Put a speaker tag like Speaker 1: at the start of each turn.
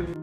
Speaker 1: hola.